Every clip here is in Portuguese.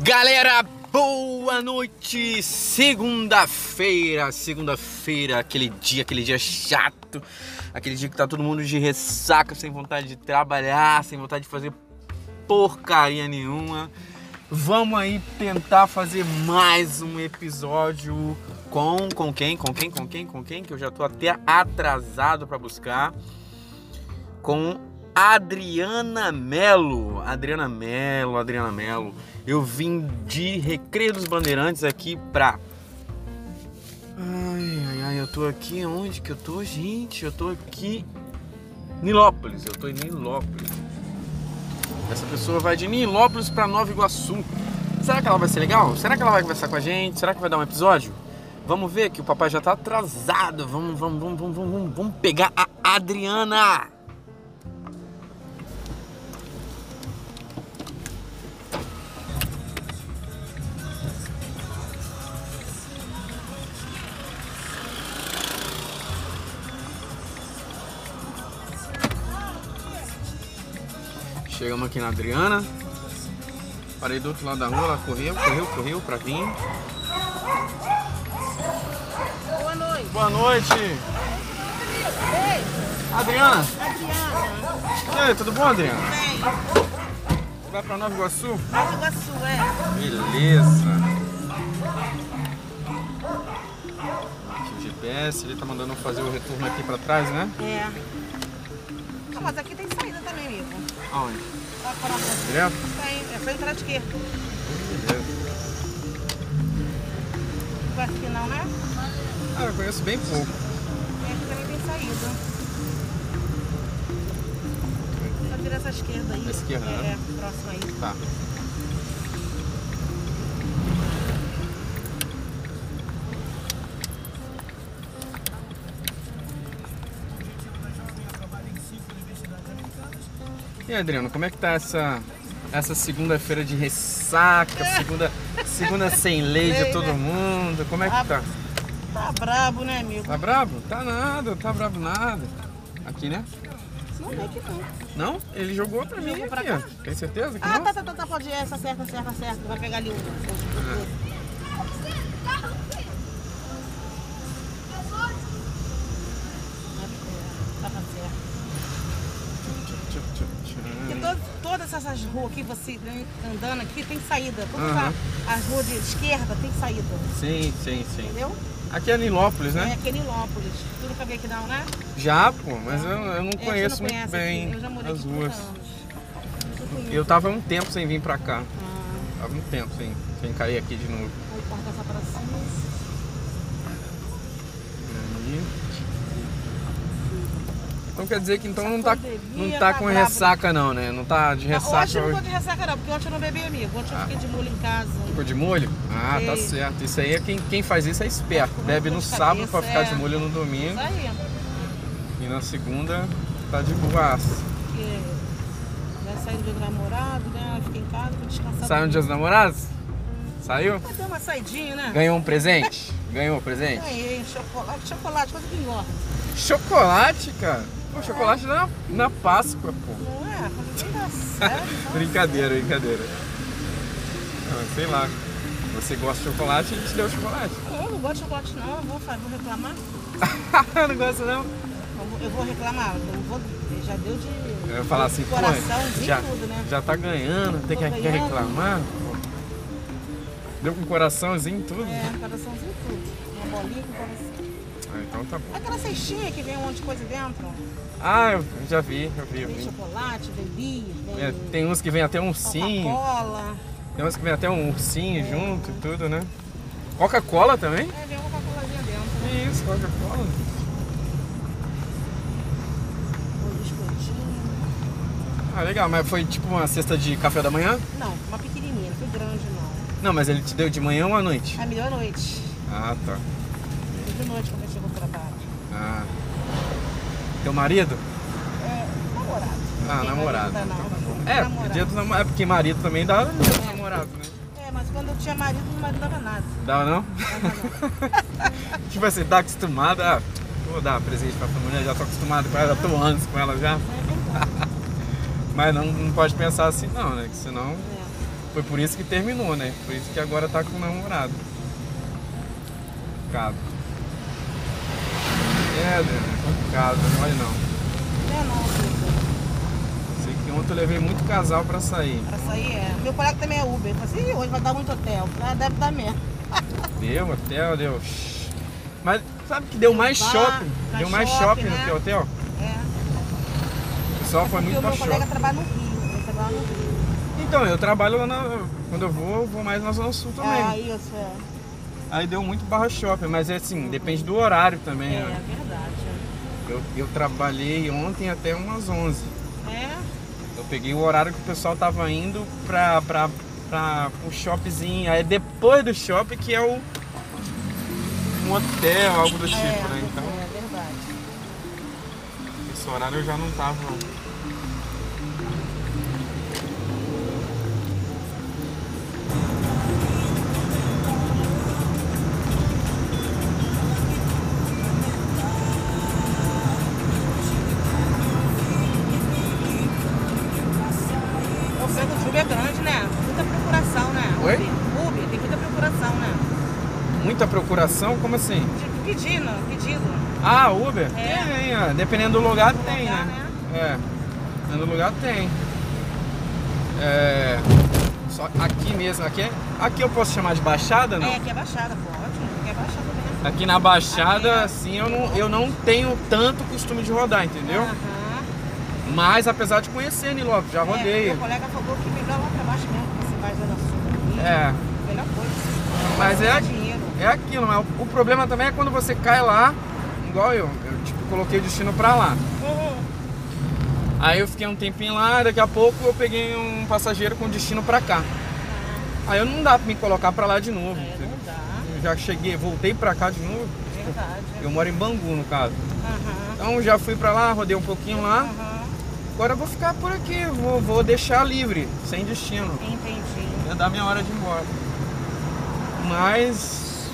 Galera, boa noite! Segunda-feira, segunda-feira, aquele dia, aquele dia chato, aquele dia que tá todo mundo de ressaca, sem vontade de trabalhar, sem vontade de fazer porcaria nenhuma. Vamos aí tentar fazer mais um episódio com com quem? Com quem? Com quem? Com quem? Que eu já tô até atrasado pra buscar. Com Adriana Melo. Adriana Melo, Adriana Melo. Eu vim de Recreio dos Bandeirantes aqui pra. Ai, ai, ai, eu tô aqui onde que eu tô, gente? Eu tô aqui. Nilópolis, eu tô em Nilópolis. Essa pessoa vai de Nilópolis pra Nova Iguaçu. Será que ela vai ser legal? Será que ela vai conversar com a gente? Será que vai dar um episódio? Vamos ver que o papai já tá atrasado. Vamos, vamos, vamos, vamos, vamos, vamos pegar a Adriana. Chegamos aqui na Adriana. Parei do outro lado da rua, ela correu, correu, correu pra vir. Boa noite. Boa noite, Ei, Adriana. Adriana. E aí, tudo bom, Adriana? Vem. Vai pra Nova Iguaçu? Nova Iguaçu, é. Beleza. Aqui o GPS, ele tá mandando eu fazer o retorno aqui pra trás, né? É. Não, mas aqui tem saída também, amigo. Aonde? Lá pra lá. Direto? Tem, é só entrar à esquerda. Beleza. Não vai aqui não, né? Ah, eu conheço bem pouco. É, aqui também tem saída. Só vira essa esquerda aí. À esquerda, é, né? É, próximo aí. Tá. E aí, Adriano, como é que tá essa, essa segunda-feira de ressaca, segunda, segunda sem lei de Lei, todo né? mundo? Como é que tá? Tá brabo, né, amigo? Tá brabo? Tá nada, tá brabo nada. Aqui, né? Não vem que não. Não? Ele jogou pra mim Jogou pra aqui, cá? ó. Tem certeza que Ah, não? tá, tá, tá, tá, pode ir. Essa certa, certa, certa. Vai pegar ali um. É. Tá pra certa. Tchau, tchau, tchau. Porque to- todas essas ruas aqui, você né, andando aqui, tem saída. Todas Aham. a- as ruas de esquerda tem saída, Sim, sim, sim. entendeu? Aqui é Nilópolis, É né? aqui em Nilópolis. Tu nunca veio aqui não, né? Já, pô, mas eu, eu não É, tu conheço não muito conhece bem aqui. Eu já morei as aqui ruas. 30 anos. Eu conheço. Eu tava um tempo sem vir pra cá. Ah, Tava um tempo sem, sem cair aqui de novo. aí corta essa pra cima. Aí. Então quer dizer que então Essa não tá, correria não tá tá com braba. ressaca não, né? Não tá de Ah, Hoje ressaca eu não hoje. vou de ressaca não, porque ontem eu não bebi, amigo. Ontem eu Ah. fiquei de molho em casa. Ficou de molho? Ah, tá Sim. certo. Isso aí é quem, quem faz isso é esperto. Ficou Bebe com no dor de sábado pra cabeça, ficar é. de molho no Isso domingo aí, é e na segunda tá de boaça. porque já saí do dia do namorado, né? Eu fiquei em casa, vou descansar. Saiu no um dia dos namorados? Saiu? Mas deu uma saidinha, né? Ganhou um presente? Ganhou um presente? Ganhei chocolate, chocolate, coisa que engorda. Chocolate, cara? Pô, chocolate na, na Páscoa, pô. Não é? Coisa engraçada. brincadeira, brincadeira. Ah, sei lá. Você gosta de chocolate, a gente deu chocolate. Eu não gosto de chocolate não, eu vou, fa- vou reclamar. não gosta não? Eu vou, eu vou reclamar, eu não vou, já deu de. Eu ia falar assim, pô, Coração, de já, tudo, né? já tá ganhando, tem que Tô quer ganhando. reclamar. pô. Deu com coraçãozinho e tudo? É, coraçãozinho tudo. Uma bolinha com coração. Ah, então tá bom. Aquela cestinha que vem um monte de coisa dentro. ó. Ah, eu já vi, eu vi, eu Vem vi. chocolate, vem bis, vem É, tem uns que vem até um ursinho, Coca-Cola. tem uns que vem até um ursinho junto e tudo, né? Coca-Cola também? É, vem uma Coca-Colazinha dentro. né? Que isso, Coca-Cola? Um biscoitinho. Ah, legal, mas foi tipo uma cesta de café da manhã? Não, uma pequenininha, não foi grande não. É Não, mas ele te deu de manhã ou à noite? A melhor noite. Ah, tá. Foi de noite quando eu chego no trabalho. Ah. Teu marido? É, namorado. Ah, Quem vai namorado. ajudar, não. É, Namorado. dia do namo- é porque marido também dá dia do namorado, né? É, mas quando eu tinha marido, meu marido dava nada. Dá não? Dava nada. Tipo assim, tá acostumado. Ah, vou dar presente pra tua mulher, já tô acostumado com ela, já tô anos com ela já. É verdade, Mas não, não pode pensar assim não, né? Que senão né? Foi por isso que terminou, né? Por isso que agora tá com o namorado. Complicado. É, Adriana, é complicado, não olha não. Não é não, filho. Sei que ontem eu levei muito casal pra sair. Pra sair é. Meu colega também é Uber. Eu falei assim, "Ih, hoje vai dar muito hotel. Eu falei, "Ah, deve dar mesmo. Deu hotel, deu. Mas sabe que deu mais bar, shopping? pra Deu mais shopping, shopping do né? que hotel? É. O pessoal foi Porque muito o pra meu colega shopping. trabalha no Rio. né? Ele trabalha no Rio. Então, eu trabalho lá na. Quando eu vou, eu vou mais na Zona Sul também. É, isso, é. Aí deu muito barra shopping, mas é assim, depende do horário também. É, né? verdade. Eu, eu trabalhei ontem até umas 11. É, Eu peguei o horário que o pessoal tava indo pra, pra, pra o shoppingzinho. Aí é depois do shopping que é o. Um hotel, algo do tipo, é, né? Então, é verdade. esse horário eu já não tava. O centro de Uber é grande, né? Muita procuração, né? Oi? Uber, Uber, tem muita procuração, né? Muita procuração? Como assim? De- Pedindo, pedindo. Ah, Uber? É. Tem, ó. dependendo do lugar tem, lugar, né? É, dependendo do lugar tem. É, só aqui mesmo, aqui, é- aqui eu posso chamar de Baixada, não? É, aqui é baixada, pô. Ótimo, aqui é baixada mesmo. Aqui na Baixada, Aqui. é. assim, eu não, eu não tenho tanto costume de rodar, entendeu? Aham. Mas apesar de conhecer Nilópolis, já rodei. Ah. É, meu colega falou que melhor lá pra baixo mesmo, que você vai zona sul. É, Melhor coisa. mas é, Dá dinheiro. é aquilo, mas o problema também é quando você cai lá, igual eu, eu tipo, coloquei o destino pra lá. Uhum. Aí eu fiquei um tempinho lá, daqui a pouco eu peguei um passageiro com destino pra cá. Aí eu não dá pra me colocar pra lá de novo. É, entendeu? não dá. Eu já cheguei, voltei pra cá de novo. Verdade. Eu moro em Bangu, no caso. Aham. Então já fui pra lá, rodei um pouquinho lá. Aham. Agora eu vou ficar por aqui, vou, vou deixar livre, sem destino. Entendi. Já dá minha hora de ir embora. Mas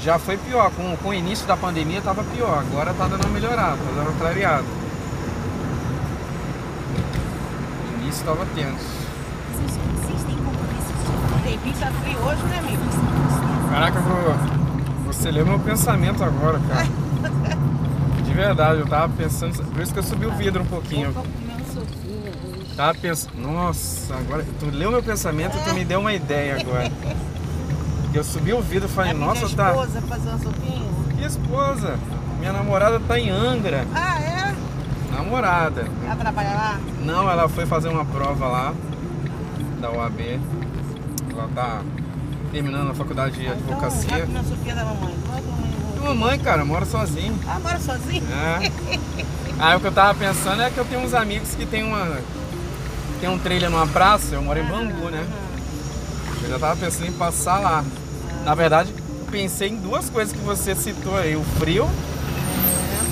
já foi pior. Com, com o início da pandemia tava pior. Agora tá dando uma melhorada, tá dando uma clareada. No início tava tenso. Tem pizza frio hoje, né, amigo? Caraca, vou, você leu meu pensamento agora, cara. De verdade, eu tava pensando. Por isso que eu subi o vidro um pouquinho. Vou comer um suquinho hoje. Tava pensando. Nossa, agora. Tu leu meu pensamento e tu me deu uma ideia agora. Eu subi o vidro e falei, Vai pedir nossa, a tá. esposa fazer um suquinho? Que esposa? Minha namorada tá em Angra. Ah, é? Namorada. Vai trabalhar lá? Não, ela foi fazer uma prova lá da UAB. Ela tá terminando a faculdade de Então, vai advocacia. comer um suquinho da mamãe. Vai comer um- Tua mãe, cara, mora sozinha. Ah, mora sozinho? É. Aí o que eu tava pensando é que eu tenho uns amigos que tem uma. Tem um trailer numa praça, eu moro em Bangu, né? Eu já tava pensando em passar lá. Na verdade, eu pensei em duas coisas que você citou aí, o frio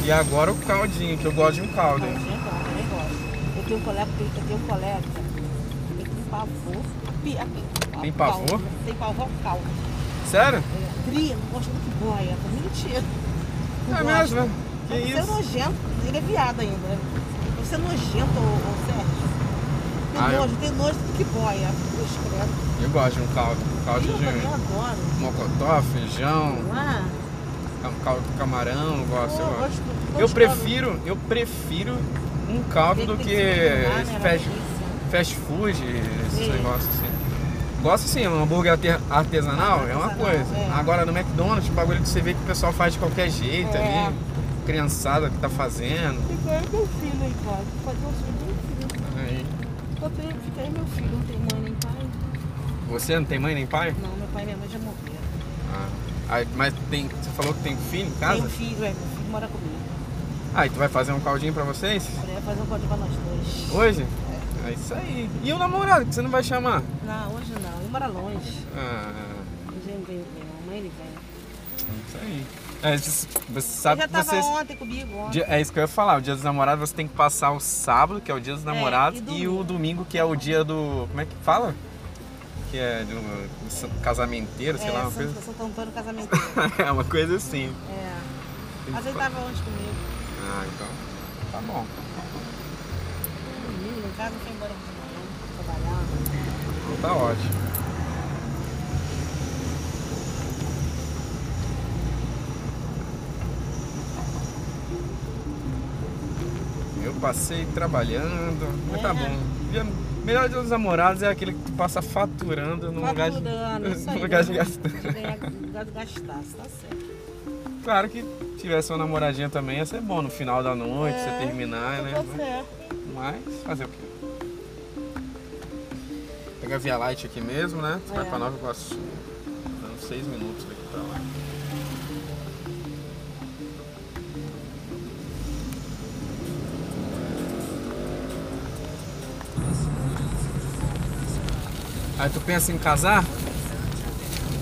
e agora o caldinho, que eu gosto de um caldo. Não, gente, não, eu nem gosto. Eu tenho um colega, eu tenho um colega, ele tem pavor. pi- a pi- a Tem caldo. pavor? Tem pavor caldo. Sério? É, Cria, não gosta do que boia. Tô Mentira. Não É gosta. mesmo? né? Que Você é isso? nojento, ele é viado ainda. né? Você é nojento, ô, ô Sérgio. Tem Ah, eu- nojo, tem nojo do que boia. Puxa, credo. Eu gosto de um caldo. Caldo Eu também de adoro. mocotó, feijão, Ah, cam- caldo com camarão, eu gosto, pô, eu gosto. gosto- gosto Eu de prefiro, eu prefiro um caldo caldo. do Tem que cozinhar, né? Era fast delícia. fast food, esses Sim. negócios assim. Gosto sim, um hambúrguer arte- artesanal é uma Artesanal, coisa. é. Agora no McDonald's, o bagulho que você vê que o pessoal faz de qualquer jeito É. ali. Criançada que tá fazendo. Fica aí meu filho aí, cara. Fazer um filho meu filho. Aí. Só tem- Fica aí meu filho, não tem mãe nem pai. Você não tem mãe nem pai? Não, meu pai e minha mãe já morreram. Ah. Aí, mas tem, você falou que tem filho em Tem um casa? filho, é, meu filho mora comigo. Aí tu vai fazer um caldinho pra vocês? Ele vai fazer um código pra nós dois. Hoje? É isso aí. E o namorado que você não vai chamar? Não, hoje não. Ele mora longe. Ah, Hoje ele vem, vem. A mãe ele vem. isso aí. É, você você Ele sabe já que tava vocês. ontem comigo, ontem. Dia- É isso que eu ia falar. O dia dos namorados você tem que passar o sábado, que é o dia dos namorados, e e, domingo. o domingo, que é o dia do. Como é que fala? Que é do, do sa- casamenteiro, sei é, lá, uma Santo, coisa. Santo Antônio casamento. é uma coisa assim. é. Mas ele tava onde comigo? Ah, então. Tá bom. Menino, em casa foi embora de manhã, trabalhando. tá ótimo. Eu passei trabalhando, mas tá É. bom. E o Melhor dos namorados é aquele que tu passa faturando no lugar de, Faturando, isso aí, no lugar de né? gastando. Ganhar- Lugar de gastar, você tá certo. Claro que tivesse uma namoradinha também ia ser bom no final da noite, É, você terminar, né? Tá certo. Mas fazer o quê? Pega a Via Light aqui mesmo, né? Tu Vai É. pra Nova Iguaçu. Dando seis minutos daqui pra lá. Aí tu pensa em casar?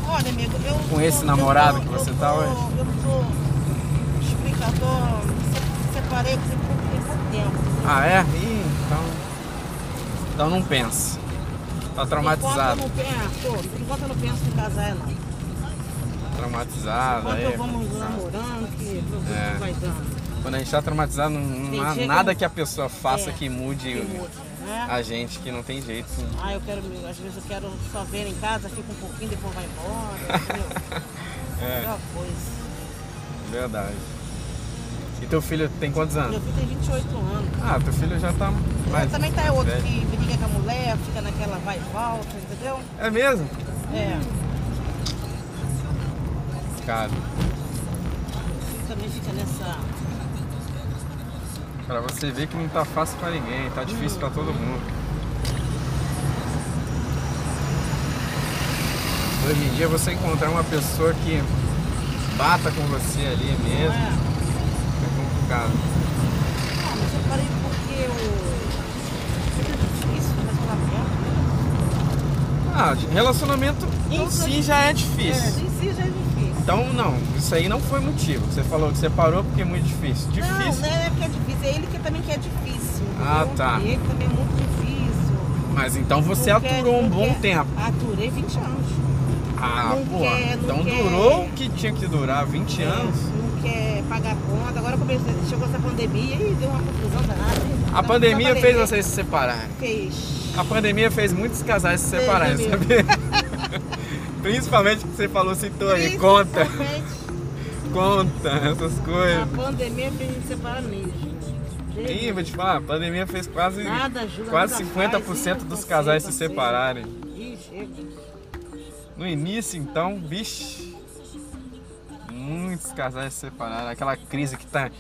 Olha, amigo, eu. Com esse eu namorado tô- que você eu tá tô- hoje? Eu tô. Explica, eu tô. me se- Separei com ele por pouco tempo. Ah, é? Ih, então. Então não pensa. Tá traumatizado. Enquanto eu não penso, pô, por enquanto eu não penso em casar, é não. Traumatizado, Enquanto é. eu vamos namorando, que tudo É. vai dando. Quando a gente tá traumatizado, não- não há dia que nada não- que a pessoa faça um- É, que mude Tem outro, né? a gente, que não tem jeito. Ah, eu quero. me- Às vezes eu quero só ver em casa, fica um pouquinho, depois vai embora. Entendeu? É, Melhor coisa. verdade. E teu filho tem quantos Meu anos? filho tem 28 anos. Ah, teu filho já tá mais. Mas também tá outro velho. que briga com a mulher, fica naquela vai e volta, entendeu? É mesmo? É. Hum. Cara, Ele também fica nessa. pra você ver que não tá fácil pra ninguém, tá difícil pra todo mundo. Hoje em dia você encontrar uma pessoa que bata com você ali É. mesmo, Ah, é complicado. mas eu parei porque o. Fica difícil o relacionamento. Ah, relacionamento em si já é difícil. É, em si já é difícil. Então, não, isso aí não foi motivo. Você falou que separou porque é muito difícil. Não, Difícil, não é porque é difícil, é ele que também que é difícil. Ah, entendeu? tá. Ele também é muito difícil. mas então você Não quer- aturou um não bom quer- tempo. Aturei 20 anos. Ah, não pô, quer, não então quer. durou o que tinha que durar, 20 anos. É, Não quer pagar conta. Agora comecei- chegou essa pandemia e deu uma confusão danada. A Não, pandemia trabalhei, fez né? vocês se separarem. Fez. A pandemia fez muitos casais se Fez, separarem, meu sabia? Principalmente que você falou, citou aí, conta, Principalmente, conta, essas coisas. A pandemia fez a gente separar mesmo. Ih, vou te falar, a pandemia fez quase, Nada ajuda, quase nada 50% faz, dos ih, conceito, casais se conceito. separarem. Ih, chega. No início, então, bicho, muitos casais se separaram. Aquela crise que tá.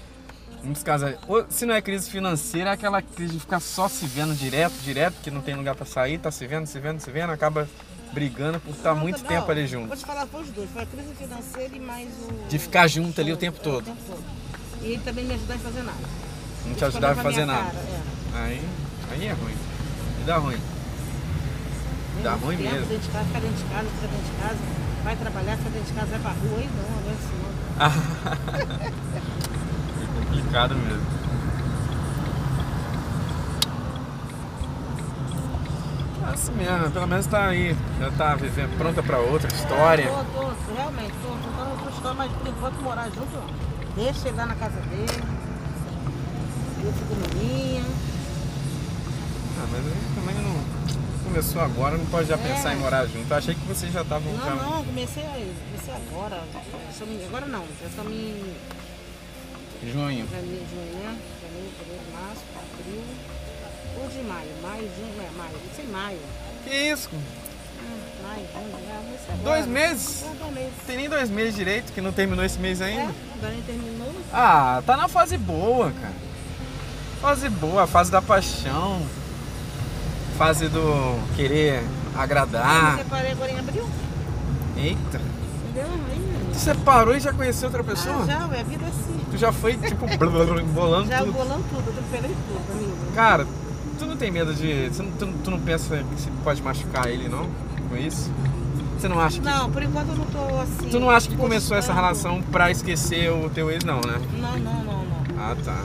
Muitos casais. ou, se não é crise financeira, é aquela crise de ficar só se vendo direto, direto, que não tem lugar pra sair, tá se vendo, se vendo, se vendo, acaba brigando por estar Não, Tá muito também, tempo ó, ali Vou junto. te falar, foi os dois. Foi a crise financeira e mais o. De ficar junto ali o tempo É, todo. todo. E ele também me ajudar em fazer nada. Não te Ele ajudava a ficou olhando fazer pra minha nada. cara, é. Aí, aí é ruim. E dá ruim. Tem Dá muito ruim tempo mesmo. Dentro de casa, fica dentro de casa, fica dentro de casa. Vai trabalhar, fica dentro de casa, vai pra rua. Aí não, agora isso não. Complicado mesmo. É Assim mesmo, pelo menos tá aí, já tá vivendo, pronta pra outra história. Tô, tô, realmente, tô contando outra história, mas por enquanto morar junto, ó. deixa ele lá na casa dele. Eu fico na minha. Ah, mas aí também não começou agora, não pode já É. pensar em morar junto. Eu achei que vocês já estavam Não, não, comecei, comecei agora. Eu só me- agora não, eu só me. junho. Janeiro, junho, né? Janeiro, fevereiro, março, abril. Ou de maio, maio, junho, é maio, não sei maio. Que isso? Ah, maio, junho, é, vai ser agora. Dois meses? É, dois meses. Não tem nem dois meses direito, que não terminou esse mês ainda. É, agora ele terminou. Ah, tá na fase boa, cara. Fase boa, fase da paixão. Fase do querer Eu agradar. me separei agora em abril, é Eita. entendeu? Aí, Tu separou e já conheceu outra pessoa? ah, já, ué, a vida é assim. Tu já foi, tipo, blá, blá, blá, embolando Já tudo. bolando tudo, eu falei tudo, amigo. Cara, tu não tem medo de. Tu não, tu não- tu não pensa que você pode machucar ele, não? Com isso? Você não acha que. Não, por enquanto eu não tô assim. Tu não acha que começou essa gostando. relação pra esquecer o teu ex, não, né? Não, não, não, não. Ah, tá.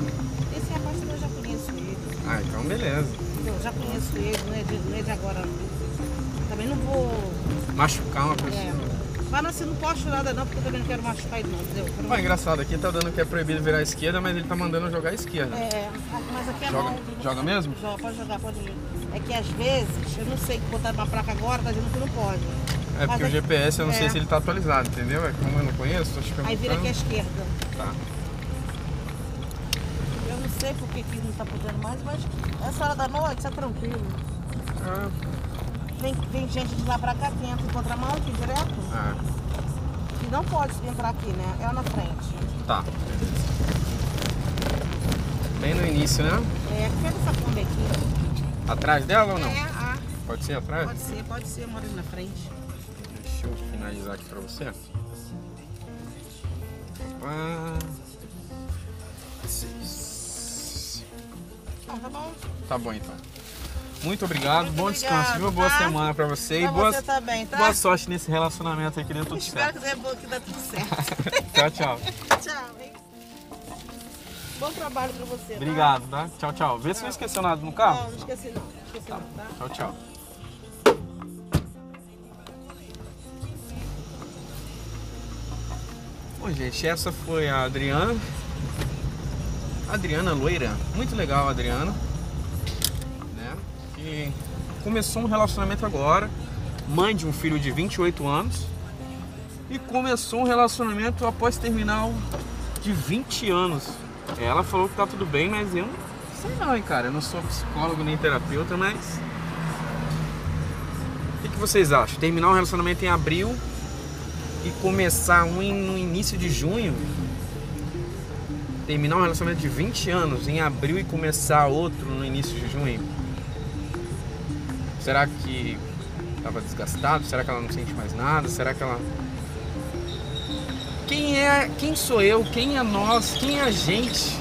Esse rapaz também eu já conheço ele. Ah, então beleza. Eu já conheço ele, não é de, não é de agora. não. Também não vou. Machucar uma É, pessoa. Mas assim, não posso nada não, porque eu também não quero machucar ele não, entendeu? Eu não- Ó, engraçado, aqui tá dando que é proibido virar à esquerda, mas ele tá mandando jogar à esquerda. É, mas aqui é Joga- não. joga mesmo? Joga, pode jogar, pode ir. É que às vezes, eu não sei que botaram uma placa agora, tá dizendo que não pode. É porque o Mas aqui- GPS eu não sei é. se ele tá atualizado, entendeu? É que como eu não conheço, tô te Aí vira aqui perguntando. à esquerda. Tá. Eu não sei por que que não tá podendo mais, mas essa hora da noite é tranquilo. Ah, Vem, vem gente de lá pra cá que entra em contramão aqui direto, ah, que não pode entrar aqui, né? É na frente. tá. Bem no início, né? É, pega essa Kombi aqui. Atrás dela ou não? É. É, ah, Pode ser atrás? pode ser, pode ser, mora ali na frente. Deixa eu finalizar aqui pra você. Opa. Seis. Então, tá bom? Tá bom então. Muito obrigado, Muito bom descanso, obrigado, viu? Boa tá? semana pra você e pra boa, você também, tá? boa sorte nesse relacionamento aí que deu tudo Espero certo. que dê bom, que dá tudo certo. tchau, tchau. Tchau, hein? Bom trabalho pra você. tá? Obrigado, tá? Tchau, tchau. Vê se não esqueceu nada no carro. Não, não esqueci não. Não esqueci não, tá? Tchau, tchau. Bom, gente, essa foi a Adriana. Adriana Loira. Muito legal a Adriana. Né? Que começou um relacionamento agora. Mãe de um filho de 28 anos. E começou um relacionamento após terminar o de 20 anos. Ela falou que tá tudo bem, mas eu não sei não, hein, cara. Eu não sou psicólogo nem terapeuta, mas o que, que vocês acham? Terminar um relacionamento em abril e começar um em- no início de junho? Terminar um relacionamento de 20 anos em abril e começar outro no início de junho? Será que estava desgastado? Será que ela não sente mais nada? Será que ela. Quem é. Quem sou eu? Quem é nós? Quem é a gente?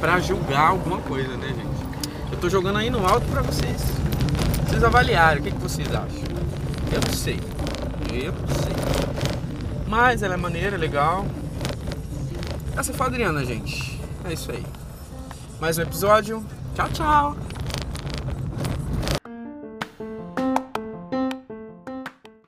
Pra julgar alguma coisa, né, gente? Eu tô jogando aí no alto pra vocês vocês avaliaram, o que, que vocês acham? Eu não sei. Eu não sei. Mas ela é maneira, é legal. É Essa foi a Adriana, gente. É isso aí. Mais um episódio. Tchau, tchau.